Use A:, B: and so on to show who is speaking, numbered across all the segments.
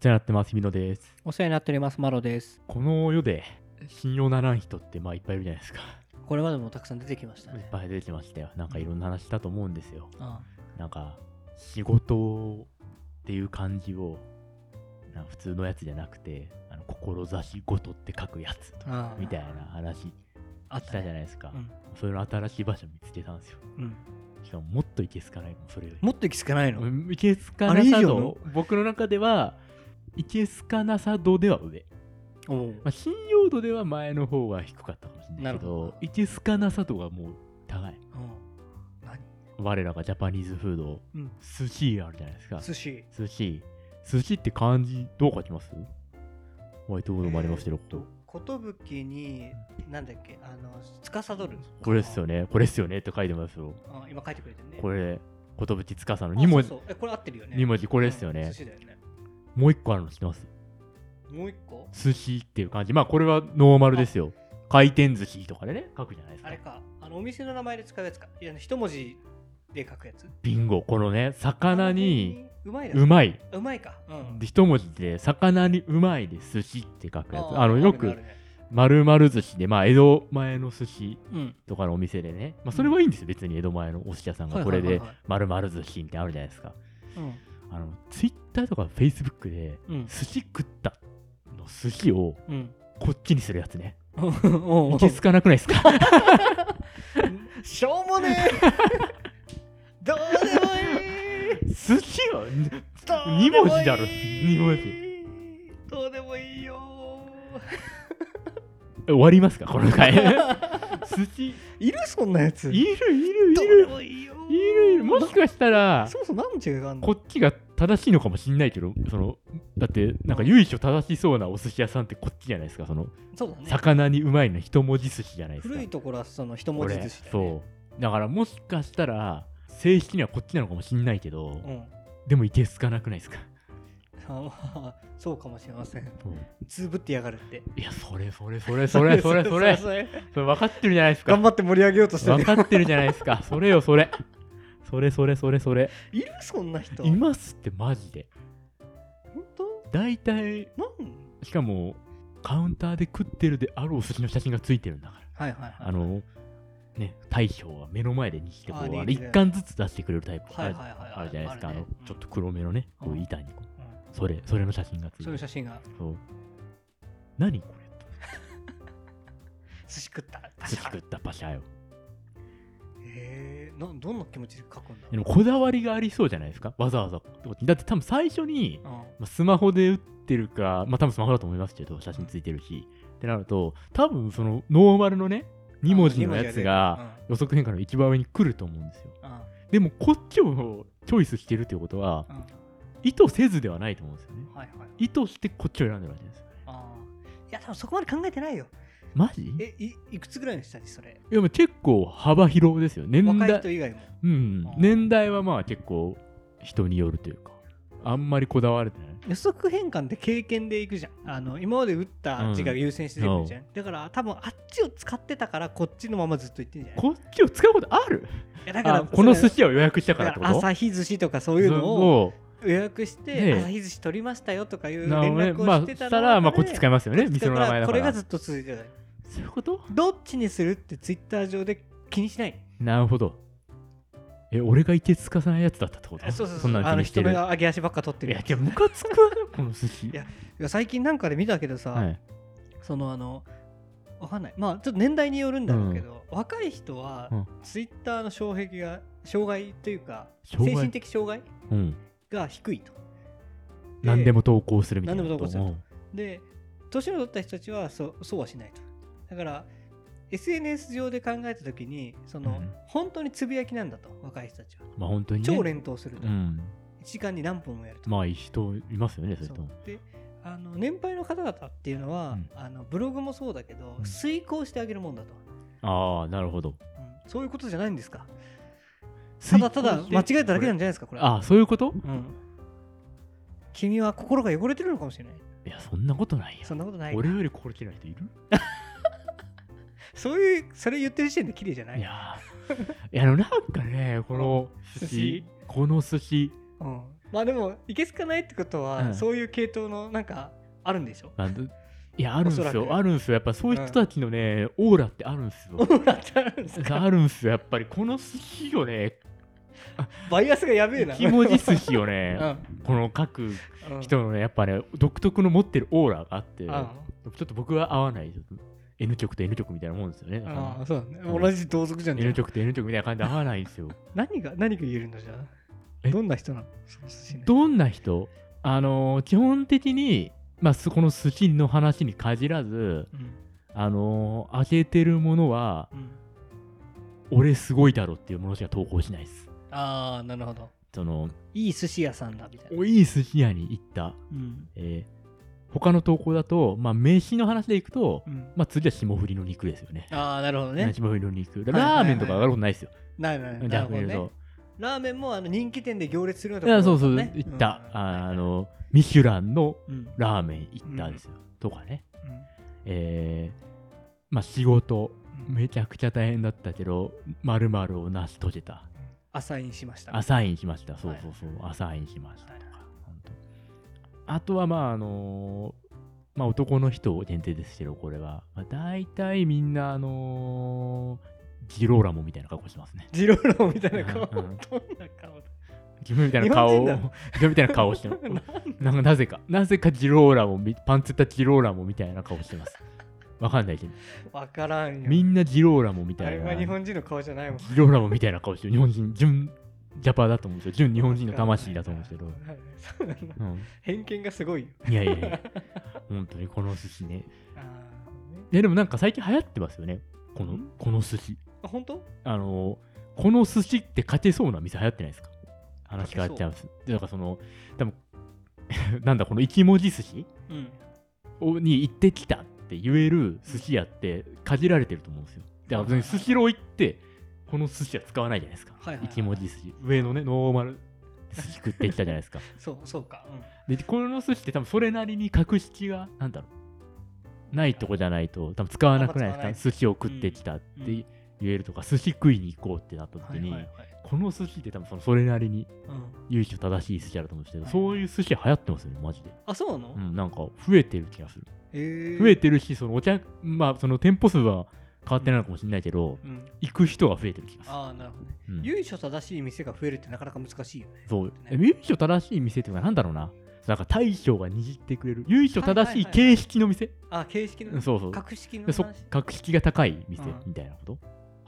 A: 世話になってます、日比野です。
B: お世話になっております、マロです。
A: この世で信用ならん人ってまあいっぱいいるじゃないですか。
B: これまでもたくさん出てきました
A: いっ
B: ね。
A: ぱい出てきましたよ。なんかいろんな話だと思うんですよ。
B: あ
A: なんか仕事っていう漢字をなんか普通のやつじゃなくて、あの志事って書くやつ
B: あああ
A: みたいな話
B: あっ
A: したたじゃ
B: ね。
A: ないですか。
B: うん
A: それの新しい場所見つけたんですよ。
B: うん、
A: しかももっといけすかないの、それより。
B: もっと行きつかないの、
A: うんいけすか
B: あ
A: な
B: れ以
A: さ
B: 上
A: 度
B: の、
A: 僕の中では、いけすかなさ度では上。
B: おお
A: まあ、信用度では前の方が低かったかもしれないけ
B: なるほ
A: ど
B: ど、
A: いけすかなさ度がもう高い。
B: 何
A: 我らがジャパニーズフード、
B: うん
A: 寿司あるじゃないですか。
B: 寿司。
A: 寿司。寿司って漢字どう書きますホワイトボードもありますけど、
B: えーっと寿に、なんだっけ、あの、つかさどる。
A: これですよね、これですよねって書いてますよ。
B: あ。今書いてくれてるね。
A: これ、寿司司の
B: あ、
A: 2文字
B: そうそうえ、これ合ってるよね。
A: 二文字これですよね
B: うん寿司だよね。
A: もう1個あるの知ってます
B: もう一個
A: 寿司っていう漢字。まあ、これはノーマルですよ。回転寿司とかでね、書くじゃないです
B: あ
A: か
B: れ。か、あの、お店の名前で使うやつか。いや、一文字で書くやつ。
A: ビンゴ、このね、魚に、
B: うまいだ
A: うまい。
B: うまいか。うん。
A: で一文字で魚にうまいで寿司って書くやつあの
B: るね
A: よ
B: あ
A: く
B: るね
A: 丸々寿司でまあ江戸前の寿司
B: うん。
A: とかのお店でね、まあ、それはいいんですよ別に江戸前のお寿司屋さんがこれ
B: はい
A: で
B: はいはいはい
A: 丸々寿司みたいなのあるじゃないですか
B: うん。
A: あのツイッターとかフェイスブックで
B: うん。
A: 寿司食ったの寿司を
B: うん。
A: こっちにするやつね
B: おうおう
A: いけつかなくないです か
B: しょうもね えどうでもいい
A: 寿司は
B: どうでもい
A: 二
B: い
A: 文字だろ二文字
B: どうでもいいよ
A: 終わりますかこの 回寿司
B: いるそんなやつ
A: いるいるい
B: どうで
A: る
B: もいいよ
A: いるいるもしかしたら
B: そもそも何の違いがあんの
A: こっちが正しいのかもしんないけど、そのだって、なんか由緒正しそうなお寿司屋さんってこっちじゃないですか、その、
B: そうだね
A: 魚にうまいの一文字寿司じゃないですか。
B: 古いところはその一
A: こ
B: 文字
A: れ
B: 寿司だよね
A: そう。だからもしかしたら、正式にはこっちなのかもしんないけど、
B: うん
A: でもいけすかなくないですか。
B: あまあそうかもしれません
A: もう
B: つぶってやがるって
A: いや、それそれそれそれそれそ れ、それ分かってるじゃないですか。
B: 頑張って盛り上げようとして
A: 分
B: る
A: かってるじゃないですか。それよ、それ。それそれそれそれ。
B: いるそんな人
A: いますってマジで。
B: 本当
A: 大体、
B: なん
A: しかも、カウンターで食ってるであろう寿司の写真がついてるんだから。
B: はいはいはい
A: あの、ね、大将が目の前でにしてこう、
B: あ握
A: あ
B: り
A: れ
B: で
A: 一貫ずつ出してくれるタイプあ
B: はい
A: る
B: はいはい
A: あるじゃないですか、あ
B: るね
A: の、ちょっと黒目のね、こ
B: う
A: うん板にこう、
B: うん
A: それ、それの写真がついて
B: そういう
A: る。
B: 写真が
A: そう何こ
B: 寿司食った
A: れ寿司食ったパシャよ。
B: へ えなどんな気持ちで書くんだ
A: で
B: ろう
A: もこだわりがありそうじゃないですか、わざわざ。だって多分最初に、まあスマホで打ってるか、まあ多分スマホだと思いますけど、写真ついてるし。ってなると、多分そのノーマルのね、
B: うん
A: 2文字のやつ
B: う
A: が
B: ん
A: 予測変化の一番上に来ると思うんですよ。
B: うん
A: でもこっちをチョイスしてるっていうことは、
B: うん
A: 意図せずではないと思うんですよね。
B: はいはい
A: 意図してこっちを選んでるわけですよ。
B: あーいや多分そこまで考えてないよ
A: マジい
B: えいいくつぐらいの人たちそれ
A: やでも結構幅広ですよ。年
B: 若い人
A: 代、
B: 以外も
A: うん
B: あ、ー
A: 年代はまあ結構人によるというか、あんまりこだわれてない。
B: 予測変換って経験でいくじゃんあの今まで打った字が優先して出てくるじゃん、だから多分あっちを使ってたからこっちのままずっと言ってんじゃない
A: こっちを使うことある
B: いやだ
A: あこの寿司屋を予約したか
B: だから
A: っ
B: ら
A: て
B: だ
A: こ
B: か
A: と
B: ら朝日寿司とかそういうのを予約し
A: ね
B: て朝日寿司取りましたよとかいう
A: なる
B: 連
A: ほどね。
B: 絡を
A: まあ、
B: してた
A: し
B: の
A: たら、まあ、こっち使い
B: い
A: ますよね。店の名前だ
B: こ
A: か
B: れが
A: ら。
B: ずっと続いてる
A: そういうこと
B: どっちにするってツイッター上で気にしない。
A: なるほど。え、俺がいてつかさないやつだったってこと
B: そうそうそ
A: ん
B: う。
A: なん
B: あ
A: 気
B: の
A: にしてる。
B: 人目
A: い
B: が上げ足ばっか取ってる。
A: や、
B: い
A: じゃムカつくわな、この寿司。
B: いやや最近なんかで見たけどさ、
A: はい。
B: そのあの、わかんない。まあちょっと年代によるんだろうけど、若い人は
A: うん
B: ツイッターの障壁が、障害というか、精
A: 障害
B: 神的障害
A: うん。
B: が低いと。
A: 何でも投稿するみたいなこと。
B: 何でも投稿するで年を取った人たちはそうそうはしないとだから SNS 上で考えた時にその、
A: うん
B: 本当につぶやきなんだと若い人たちは
A: うんまあ本当にね。
B: 超連投すると、
A: う
B: 1
A: ん。
B: 時間に何分もやると、
A: まあいい人いますよね、そういう
B: そう
A: 人も。
B: であの年配の方々っていうのは、
A: うん
B: あのブログもそうだけど、
A: うん
B: 遂行してあげるもんだと、
A: ああ、なるほど。
B: うんそういうことじゃないんですかただただ間違えただけなんんじゃないですかこれ
A: ああ、そういうこと
B: うん君は心が汚れてるのかもしれない
A: いや、そんなことないよ
B: そ。んなことない
A: 俺より心きない人いる
B: そういうそれ言ってる時点で綺麗じゃない
A: いやー、いや、あのなんかね、この寿
B: 寿
A: 司
B: 司、
A: この寿司、
B: うん、まあでもいけすかないってことは、
A: うん
B: そういう系統のなんかあるんで しょ
A: あどいやあるんです
B: おそら
A: よ
B: く
A: あるんですよやっぱそういう人たちのね、オーラってあるんです
B: オ
A: よ
B: ーラってあるんですか
A: あるんですよやっぱりこの寿司をね
B: バイアスがやべえな
A: 肝文字寿司を ね、
B: うん
A: この各
B: うん
A: 人のねやっぱね独特の持ってるオーラがあって、
B: うん
A: ちょっと僕は合わないちょっと N 曲と N 曲みたいなもんですよね、だから
B: ああそうだね、
A: うん
B: 同じ同族じゃんじゃ
A: N
B: ん
A: 曲と N 曲みたいな感じで合わないんですよ
B: 何が何が言えるんだじゃあ
A: え
B: どんな人なのその寿司ね
A: どんな人あのー基本的にまあすこの寿司の話に限らず
B: うん
A: あのー開けてるものは
B: うん
A: 俺すごいだろっていうものしか投稿しないです
B: ああなるほど
A: その
B: いい寿司屋さんだみたいな、
A: おいい寿司屋に行った、
B: うん
A: えー他の投稿だとまあ飯の話でいくと
B: うん、
A: まあ次は霜降りの肉ですよね
B: ああなるほどね
A: 霜降りの肉
B: はいはいは
A: ラー
B: い
A: メンとか上がることないですよ、
B: ないないないなる
A: 逆
B: ほ
A: に
B: ど
A: 言うと、
B: ねラーメンもあの人気店で行列するようないとこ
A: や
B: ろ
A: そうそう、
B: だね
A: 行った、
B: うん
A: ああのミシュランの
B: うん
A: ラーメン行ったですよ、とかね
B: うん
A: えー、まあ仕事
B: うん
A: めちゃくちゃ大変だったけどまるまるを成し遂げた
B: アサインしました
A: アサインしましたそう
B: はい
A: そうそう、アサインしましたとか、
B: はい
A: ほんとあとはまああのーまあ男の人限定ですけどこれは、まあ、大体みんなあのージローラモみたいな格好してますね
B: ジローロみたいな顔、
A: うんうん
B: どんな顔だ
A: 自分みたいな顔を
B: 日本人だ
A: 自分みたいな顔をしてます
B: なん
A: なんかなぜか、なぜかジローラもみ、パンツったジローラもみたいな顔してます。わかんないけど、
B: わからんよ
A: みんなジローラもみ
B: あ
A: たい
B: れは
A: な、
B: 日
A: ジ
B: 本人の顔じゃないもん
A: ローラもみたいな顔してる、日本人、純ジャパだと思うんです よ、純日本人の魂だと思うんですけど、
B: はいそうなんだ
A: う
B: 偏見がすごいよ
A: ん、いやいやいや、本当にこの寿司ね。
B: あーね
A: いやでもなんか最近流行ってますよね、このこの寿司。
B: あ本当
A: あの、この寿司って勝てそうな店流行ってないですか話変わっちゃうんです。でなんかその、多分 なんだ、この一文字寿司
B: うん
A: に行ってきたって言える寿司屋って限られてると思うんですよ。だから別にスシロー行ってこの寿司は使わないじゃないですか。
B: はいはいはい
A: 一文字寿司。上のね、ノーマル寿司食ってきたじゃないです か。
B: そうそうか、うん
A: で、この寿司って多分それなりに格式が、なんだろう、ないとこじゃないと多分使わなくない
B: あんま使わない
A: ですか。寿司を食ってきたって言えるとか、寿司食いに行こうってなった時に、
B: はいはいはい
A: この寿司って多分そのそれなりに
B: うん、
A: 由緒正しい寿司あると思うんですけど、
B: はい
A: そういう寿司流行ってますよね、マジで。
B: あそうなの、
A: うん、なんか増えてる気がする。
B: えー
A: 増えてるし、そのお客、まあ、その店舗数は変わってないのかもしれないけど、
B: うん、
A: 行く人が増えてる気がする。
B: ああなるほどね、
A: うん
B: 由緒正しい店が増えるってなかなか難しいよね
A: そう。え由緒正しい店っていうのはなんだろうな。なんか大将が握ってくれる。由緒正しい形式の店。
B: あ形式の、
A: うんそうそう。
B: 格式の
A: で
B: 話
A: そ格式が高い店
B: うん
A: みたいなこと、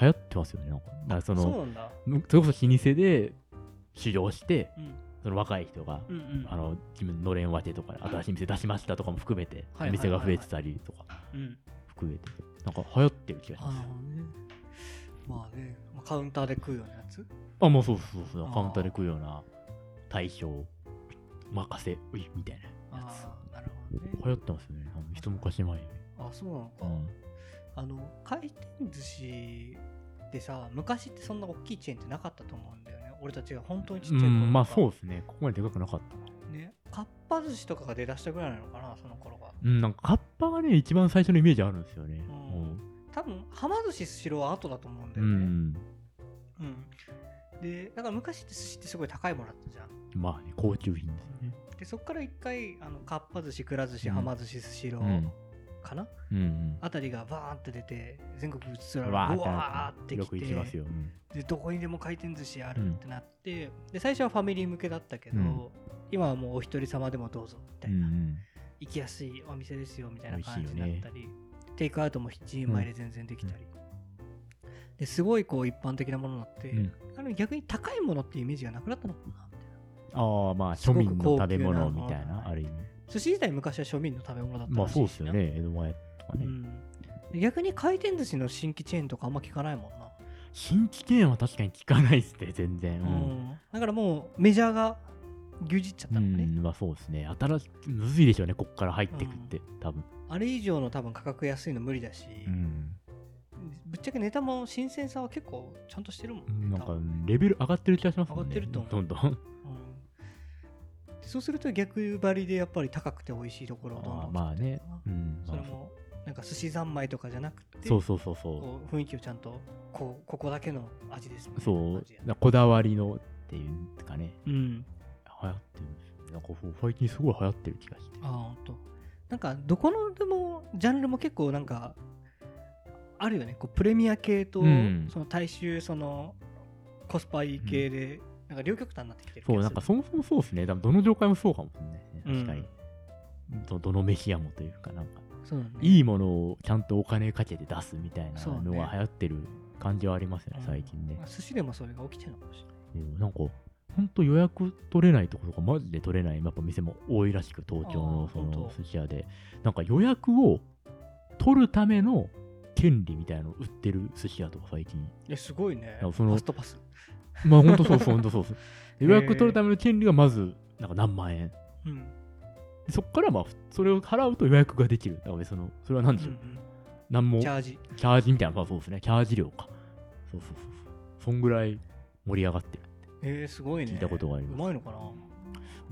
A: 流行ってますよね。なんかだからそ
B: そう
A: の
B: なんだ、
A: それこそ老舗で修行して、
B: うん、
A: その若い人が、
B: うんうん
A: あの自分のれん分けとか新しい店出しましたとかも含めて、
B: はいはいはいはい
A: 店が増えてたりとか
B: うん
A: 含めてなんか流行ってる気がし
B: あ
A: ます
B: のねまあねまあカウンターで食うようなやつ
A: あ、もうそうそうそう
B: あー
A: カウンターで食うような大将、任せ、ういみたいなやつ。
B: あなるほどね
A: 流行ってますよね。あの一昔前より。
B: あそうなのか、
A: うん
B: あの回転寿司でさ昔ってそんな大きいチェーンってなかったと思うんだよね俺たちが本当にちっちゃい頃とか
A: まあそうですね。ここまででかくなかったな。
B: ねかっぱ寿司とかが出だしたぐらいなのかなその頃が
A: うん、なんかカッパがね、一番最初のイメージあるんですよね。
B: うん多分はま寿司スシローは後だと思うんだ
A: う
B: よね
A: ん。
B: うん、でだから昔って寿司ってすごい高いものだったじゃん
A: まあね、高級品ですよね。
B: でそっから一回あのかっぱ寿司くら寿司
A: うん
B: はま寿司スシロ
A: う
B: ー
A: ん。
B: かな、
A: うんうん。
B: あたりがバーンって出て全国うつら
A: わー
B: うわーって
A: よ
B: き
A: く
B: て
A: 行きますよ。うん
B: でどこにでも回転寿司あ
A: う
B: る
A: ん
B: ってなって、で最初はファミリー向けだったけど、
A: うん
B: 今はもうお一人様でもどうぞみた
A: う
B: い
A: んう
B: な、
A: ん。
B: 行きやすいお店ですよみたいな
A: 美味しい
B: 感
A: よ
B: じ
A: ね
B: だったり、テイクアウトも7人前で全然できたり、ですごいこう一般的なものになって、
A: うん
B: あの逆に高いものってイメージがなくなったのかなみたいな
A: ああ、まあ
B: す
A: 庶
B: ごく
A: 民の食べ物
B: 高級な
A: みたいな、ある意味。
B: 寿司自体昔は庶民の食べ物だった
A: まあ
B: らしいし
A: そうですよね、江戸前とか
B: う
A: ね。
B: んで逆に回転寿司の新規チェーンとかあんま聞かないもんな、
A: 新規店は確かに聞かないですね、全然。
B: う
A: うん
B: んだからもうメジャーが牛耳っちゃった
A: う
B: のね、
A: ん、まあそうですね。新しく、むずいでしょうね、こっから入ってくって、多分。
B: あれ以上の多分価格安いの無理だし、
A: うん。
B: ぶっちゃけネタも新鮮さは結構ちゃんとしてるもんね、
A: なん
B: 多
A: か
B: 分、
A: レベル上がってる気がしますもんね。
B: 上がってると思う
A: どんどん。
B: うんそうすると逆張りでやっぱり高くて美味しいところをどんど
A: あー
B: ん
A: まあね
B: 作って。
A: う
B: る
A: ん。
B: のかなそれ
A: まあ
B: もなんか寿司三昧とかじゃなくて
A: そうそうそうそ
B: こう雰囲気をちゃんとこうここだけの味ですみ
A: う。
B: たいな
A: そう
B: 感じ。や
A: なんかこだわりのっていうかね、
B: うん
A: 流流行ってるんですよねなんかこう最近すごい流行ってる気がして
B: あ本当なんかどこのでもジャンルも結構なんかあるよねこうプレミア系と、
A: うん
B: その大衆そのコスパいい系で、なんか両極端になってきてる気
A: そうな
B: がす
A: ん
B: る
A: かそもそもそうですね多分どの業界もそうかもしれないですね
B: う
A: 確
B: ん
A: かに、どどの飯屋もというかなんか
B: そうだね
A: いいものをちゃんとお金かけて出すみたいな
B: そうね
A: のが流行ってる感じはありますよね
B: うん
A: 最近ね
B: まあ、寿司でもそれが起きてるのかもしれない
A: うんなんかほんと予約取れないところがマジで取れないやっぱ店も多いらしく東京
B: あ
A: の
B: ー
A: そ
B: ほん
A: の
B: と
A: 寿司屋でなんか予約を取るための権利みたいなのを売ってる寿司屋とか最近
B: えすごいね
A: いやその
B: ファストパス
A: まあほんとそうそうほんとそうそう
B: へー
A: 予約取るための権利がまずなんか何万円
B: うん
A: でそこからまあふそれを払うと予約ができるだからそのそれは何でしょう、なん
B: う
A: も
B: ん
A: チ
B: チ
A: ャ
B: ャージ
A: ージみたいなまあそうですねチャージ料かそうそうそうそうそんぐらい盛り上がってる
B: えー、すごいね
A: 聞いたことがあります
B: うまいのかな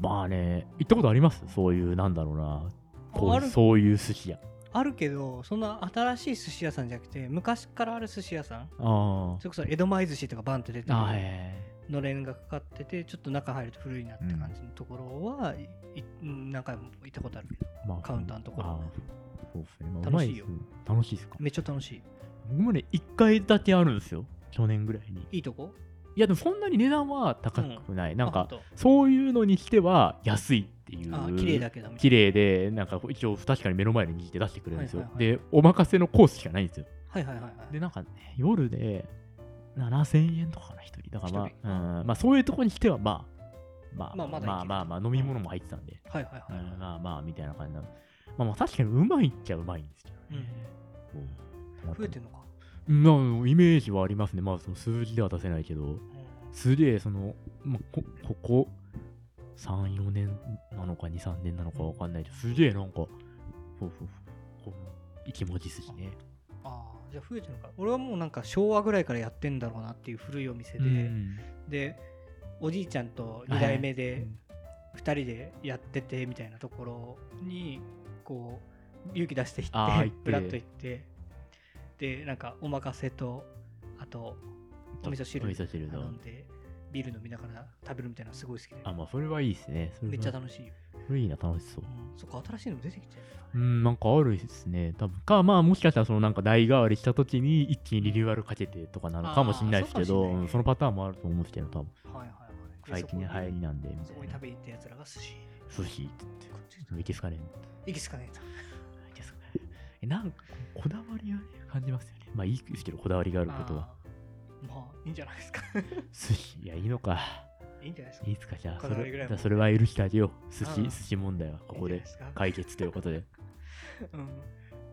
A: まあね行ったことありますそういうなんだろうなこ
B: あ
A: う
B: る
A: そういう寿司屋
B: あるけどそんな新しい寿司屋さんじゃなくて昔からある寿司屋さん
A: あ
B: それこそ江戸前寿司とかバンって出て
A: あ
B: る
A: あへ
B: のれんがかかっててちょっと中入ると古いなって感じのところは、いい何回も行ったことあるけど
A: えまあ
B: カウンターのところ
A: ああそうですね、まあ、
B: 楽しいよ
A: うまです楽しいですか
B: めっちゃ楽し
A: 僕もね一回だけあるんですよ去年ぐらいに
B: いいいとこ
A: いやでもそんなに値段は高くない、なん
B: あ
A: か
B: ほと
A: そういうのにしては安いっていう
B: あ綺麗だけどみたい
A: 綺麗でなんか一応確かに目の前に握って出してくれるんですよ、
B: はいはい
A: でお任せのコースしかないんですよ
B: なはいはいはいはい
A: でなんか、ね、夜で7000円とかかな一人だからま
B: 一人
A: あ、うんまあ、そういうとこにしてはまあまあ
B: ま
A: ま
B: あま
A: あ
B: だいける
A: まあまあ飲み物も入ってたんで、
B: はいはいはい、
A: うんまあまあみたいな感じなのまあまあ確かにうまいっちゃうまいんですけどね、うん
B: 増えてんのか、
A: なんかイメージはありますねまあその数字では出せないけどすげえその、まあ、こここ34年なのか23年なのかわかんないけどすげえなんかそうそうそうこの一文字筋ね
B: ああじゃあ増えてるのか俺はもうなんか昭和ぐらいからやってんだろうなっていう古いお店で、
A: うん
B: でおじいちゃんと
A: は
B: 2
A: い
B: 代目で
A: うん
B: 2人でやっててみたいなところにこう勇気出していって
A: あー行って
B: ブラッと行ってでなんかおまかせとあとお味噌汁
A: お味噌汁と
B: 頼んでビール飲みながら食べるみたいなのすごい好きで
A: あまあそれはいいですねそれは
B: めっちゃ楽しいよ、
A: それいいな楽しそう
B: うん、そっか新しいの出てきちゃう
A: うんなんかあるですね多分かまあもしかしたらそのなんか代替わりした時に一気にリニューアルかけてとかなのかもしれないですけ
B: あーそう
A: ど
B: かもしんないね
A: うんそのパターンもあると思うんですけど多分
B: はいはいはいで
A: 最近ね
B: そ
A: 流
B: こ
A: 行り
B: に
A: なんでみ
B: そ
A: た
B: こ
A: い
B: に
A: な
B: 食べに行ったやつらが寿司
A: 寿司って
B: こっち
A: 言っていけすかね
B: 行きつかねえと
A: いけすかねえなんかこだわりはね感じますよねまあいいですけどこだわりがあることは
B: あーまあいいんじゃないですか
A: 寿司いやいいのか
B: いいんじゃないですか
A: いいっすかじゃあそ
B: こだわりぐら
A: れ
B: いも
A: じゃあそれは許してあげよう寿
B: う
A: 司
B: ん
A: 寿司問題はここ
B: いい
A: で
B: んじゃないすか
A: 解決という ことで
B: うん、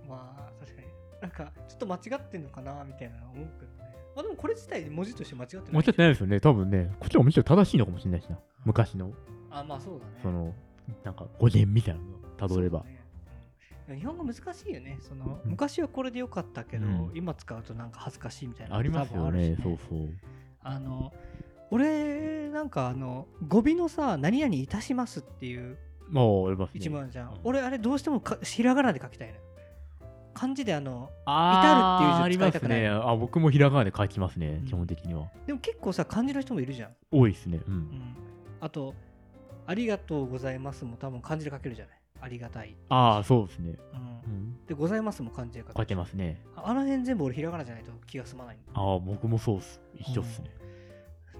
B: まあ確かになんかちょっと間違ってんのかなみたいなの思うけどねあでもこれ自体文字として間違ってない
A: もうちょっとないですよね多分ねこっちもむしろ正しいのかもしれないしな昔の
B: あまあそうだね
A: そのなんか語源みたいなのをたどれば
B: そうだねうん日本語難しいよねその、
A: うん
B: 昔はこれでよかったけど、
A: うん
B: 今使うとなんか恥ずかしいみたいなの
A: あります
B: 多分
A: よ
B: あるし
A: ねそうそう
B: あの俺なんかあの語尾のさ「何々いたします」っていう
A: まあありますね
B: 一文あるじゃん、
A: うん
B: 俺あれどうしてもかひらがなで書きたいのよ漢字であの
A: あー
B: 至るっていう字使いたくない
A: ありますねあ僕もひらがなで書きますね、
B: うん
A: 基本的には
B: でも結構さ漢字の人もいるじゃん
A: 多いですねう
B: うんん、あと「ありがとうございます」も多分漢字で書けるじゃないありがたい、
A: ああそうですね、
B: うん
A: うん、
B: で「ございます」も漢字で書ける
A: 書けますね
B: あの辺全部俺ひらがなじゃないと気が済まない
A: ああ僕もそうっす一緒っすね、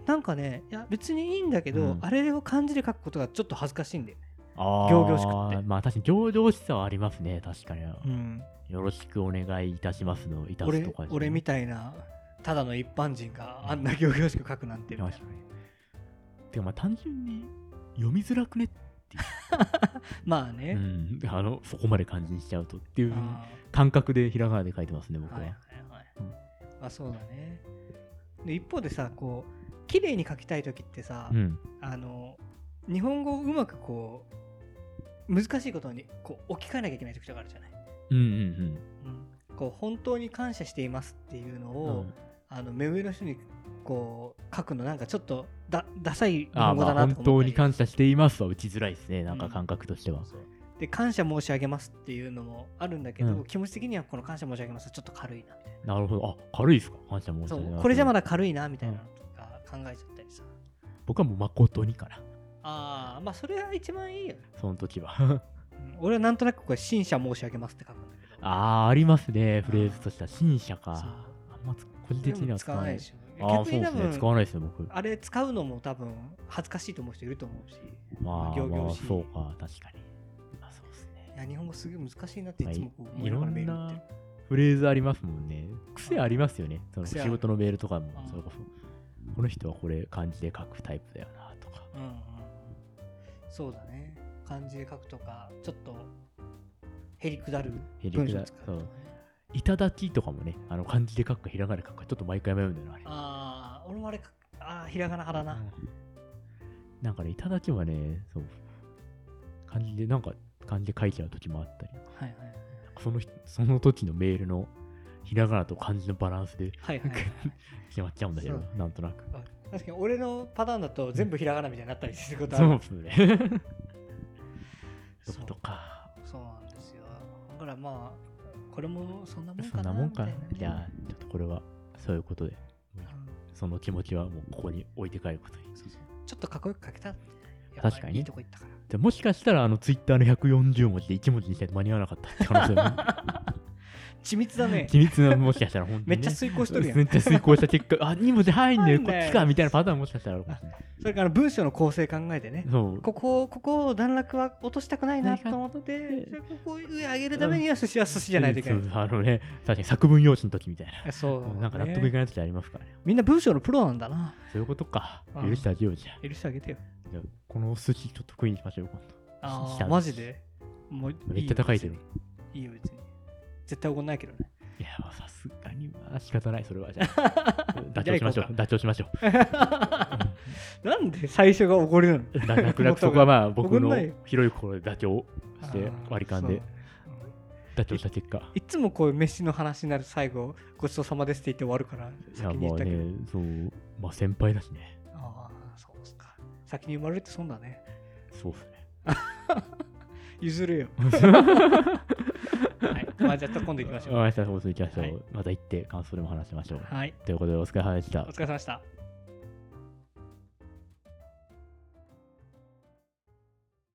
B: なんかねいや別にいいんだけど、
A: うん
B: あれを漢字で書くことがちょっと恥ずかしいんだよね、
A: ああ
B: 仰々しくって
A: まあ確かに行々しさはありますね確かに、
B: うん、
A: よろしくお願いいたしますのいたす
B: 俺
A: とか
B: 俺み
A: て
B: たいなただの一般人があんな行々しく書くなんてみたいな
A: 確かにてかまあ単純に読みづらくね、
B: まあ
A: う
B: ね、
A: ん、あのそこまで感じにしちゃうとっていう
B: あ
A: 感覚でひらがなで書いてますね
B: ー
A: 僕は、
B: はいはいはい、
A: うん
B: まあそうだねで一方でさこう綺麗に書きたい時ってさ、
A: うん
B: あの日本語をうまくこう難しいことにこう置き換えなきゃいけない時とかあるじゃない、
A: うんうん
B: こう本当に感謝していますっていう
A: う
B: の
A: んう
B: を、
A: ん
B: あの目上の人にこう書くのなんかちょっとだダサい日
A: あー
B: 本語
A: ま
B: だ
A: あ
B: な
A: 本
B: と思
A: 当
B: ったり
A: に感謝していますは打ちづらいですねなん
B: う
A: か
B: ん
A: 感覚としては、
B: で感謝申し上げますっていうのもあるんだけど、
A: うん
B: 気持ち的にはこの感謝申し上げますはちょっと軽いなみたいな
A: なるほどあ軽いですか感謝申し
B: そ
A: 上げま
B: う
A: す
B: これじゃまだ軽いなみたいなのとか考えちゃったりさ、
A: 僕はもう誠にから
B: ああまあそれは一番いいよ、
A: その時は
B: うん俺はなんとなくこれ「新社申し上げます」って書くんだけど
A: ああありますねフレーズとしては新社
B: そ
A: か
B: う
A: あんまつ個人
B: で
A: 的に
B: も
A: は
B: 使わないでしょ
A: ああ
B: 逆
A: そう
B: に
A: で
B: 多
A: すね使
B: 分
A: わないですね僕
B: あれ使うのも多分恥ずかしいと思う人いると思うし
A: まあ
B: 行々
A: まあ
B: しい
A: そうか確かにまあそうですね
B: いや日本語すげえ難しいなってい
A: はい
B: つもこう思
A: い
B: いな
A: ろ
B: がらメ
A: ん
B: ール打って
A: な
B: る
A: フレーズありますもんね癖ありますよねその
B: 癖あ
A: 仕
B: る
A: 事のメールとかも
B: うん
A: それこそこの人はこれ漢字で書くタイプだよなとか
B: うんうんうんそうだね漢字で書くとかちょっとへりくだる
A: へりくだ
B: 文章を使うとかね
A: そういただきとかもねあの漢字で書くかひらがなで書くかちょっと毎回迷うんだよなあれ
B: ああ俺もあれかああひらがな派だな、
A: うんなんかね、いただきはね、そう、感じで、なんか、感じで書いちゃう時もあったり、
B: はいはいはい
A: その人その時のメールのひらがなと漢字のバランスで
B: はいはいはいはい
A: 決まっちゃうんだけど
B: そ、
A: なんとなく。
B: あ確かに俺のパターンだと全部ひらがなみたいになったりすることあ
A: そ
B: る
A: うですね。
B: そう
A: そうとか、
B: そうなんですよだからまあこれもそんなもんか
A: そ
B: なん
A: なもんか
B: みたいなね。
A: じゃあ、ちょっとこれは、そういうことで、
B: うん
A: その気持ちはもうここに置いて帰ることに。
B: そうそうちょっとかっこよく書けたってやっぱ
A: 確かに
B: いいとこ行ったから
A: でもしかしたら、あの、ツイッターの140文字で1文字にしたいと間に合わなかったって可能性 も。
B: 緻 密だね
A: 秘密のもしかしたら本当に、ね。
B: めっちゃ遂行しとるや
A: め
B: ん
A: っちゃ遂行した結果、 あ、2文字入んね
B: 入ん
A: こ
B: ね
A: っちかみたいなパターンもしかしたらあるかもしれない。
B: それから文章の構成考えてね
A: そう。
B: ここをここを段落は落としたくないなと思って
A: で
B: じゃあここを上上げるためには寿司は寿司じゃないといけない
A: そうあのね、確かに作文用紙の時みたいな。
B: そう
A: なんか納得いかない時ありますからね。
B: みんな文章のプロなんだな
A: そういうことか。
B: うん
A: 許してあげようじゃん。
B: 許してあげてよ
A: じゃあこの寿司ちょっと食いに行きましょう、今
B: あ
A: したんで
B: あ
A: す
B: マジでもういいよ
A: めっちゃ高いけど
B: 別にいいよ別に絶対怒んないけどね
A: 度。いや、まあさすがに、まあ仕方ない、それは。じゃあ、 妥協しましょう。妥協しましょう。
B: なんで最初が怒るの
A: だ楽々そこはまあ、僕
B: 僕の
A: の
B: ない
A: 広い心で妥協して、割り勘で
B: そううん
A: 妥協した結果。
B: いつもこういう飯の話になる最後ごちそうさまですって言って終わるから
A: いや、
B: 先に言
A: ま
B: っ
A: あ
B: たけど
A: ね、そう、まあ先輩だしね。
B: ああそうっすか先に生まれるって損だね
A: そうですね。
B: 譲るよはいまあじゃあ今度行きましょう
A: わかりました、放送行きましょう。
B: はい
A: また行って感想でも話しましょう。
B: はい
A: ということで、お疲れ様でした
B: お。疲れ様でした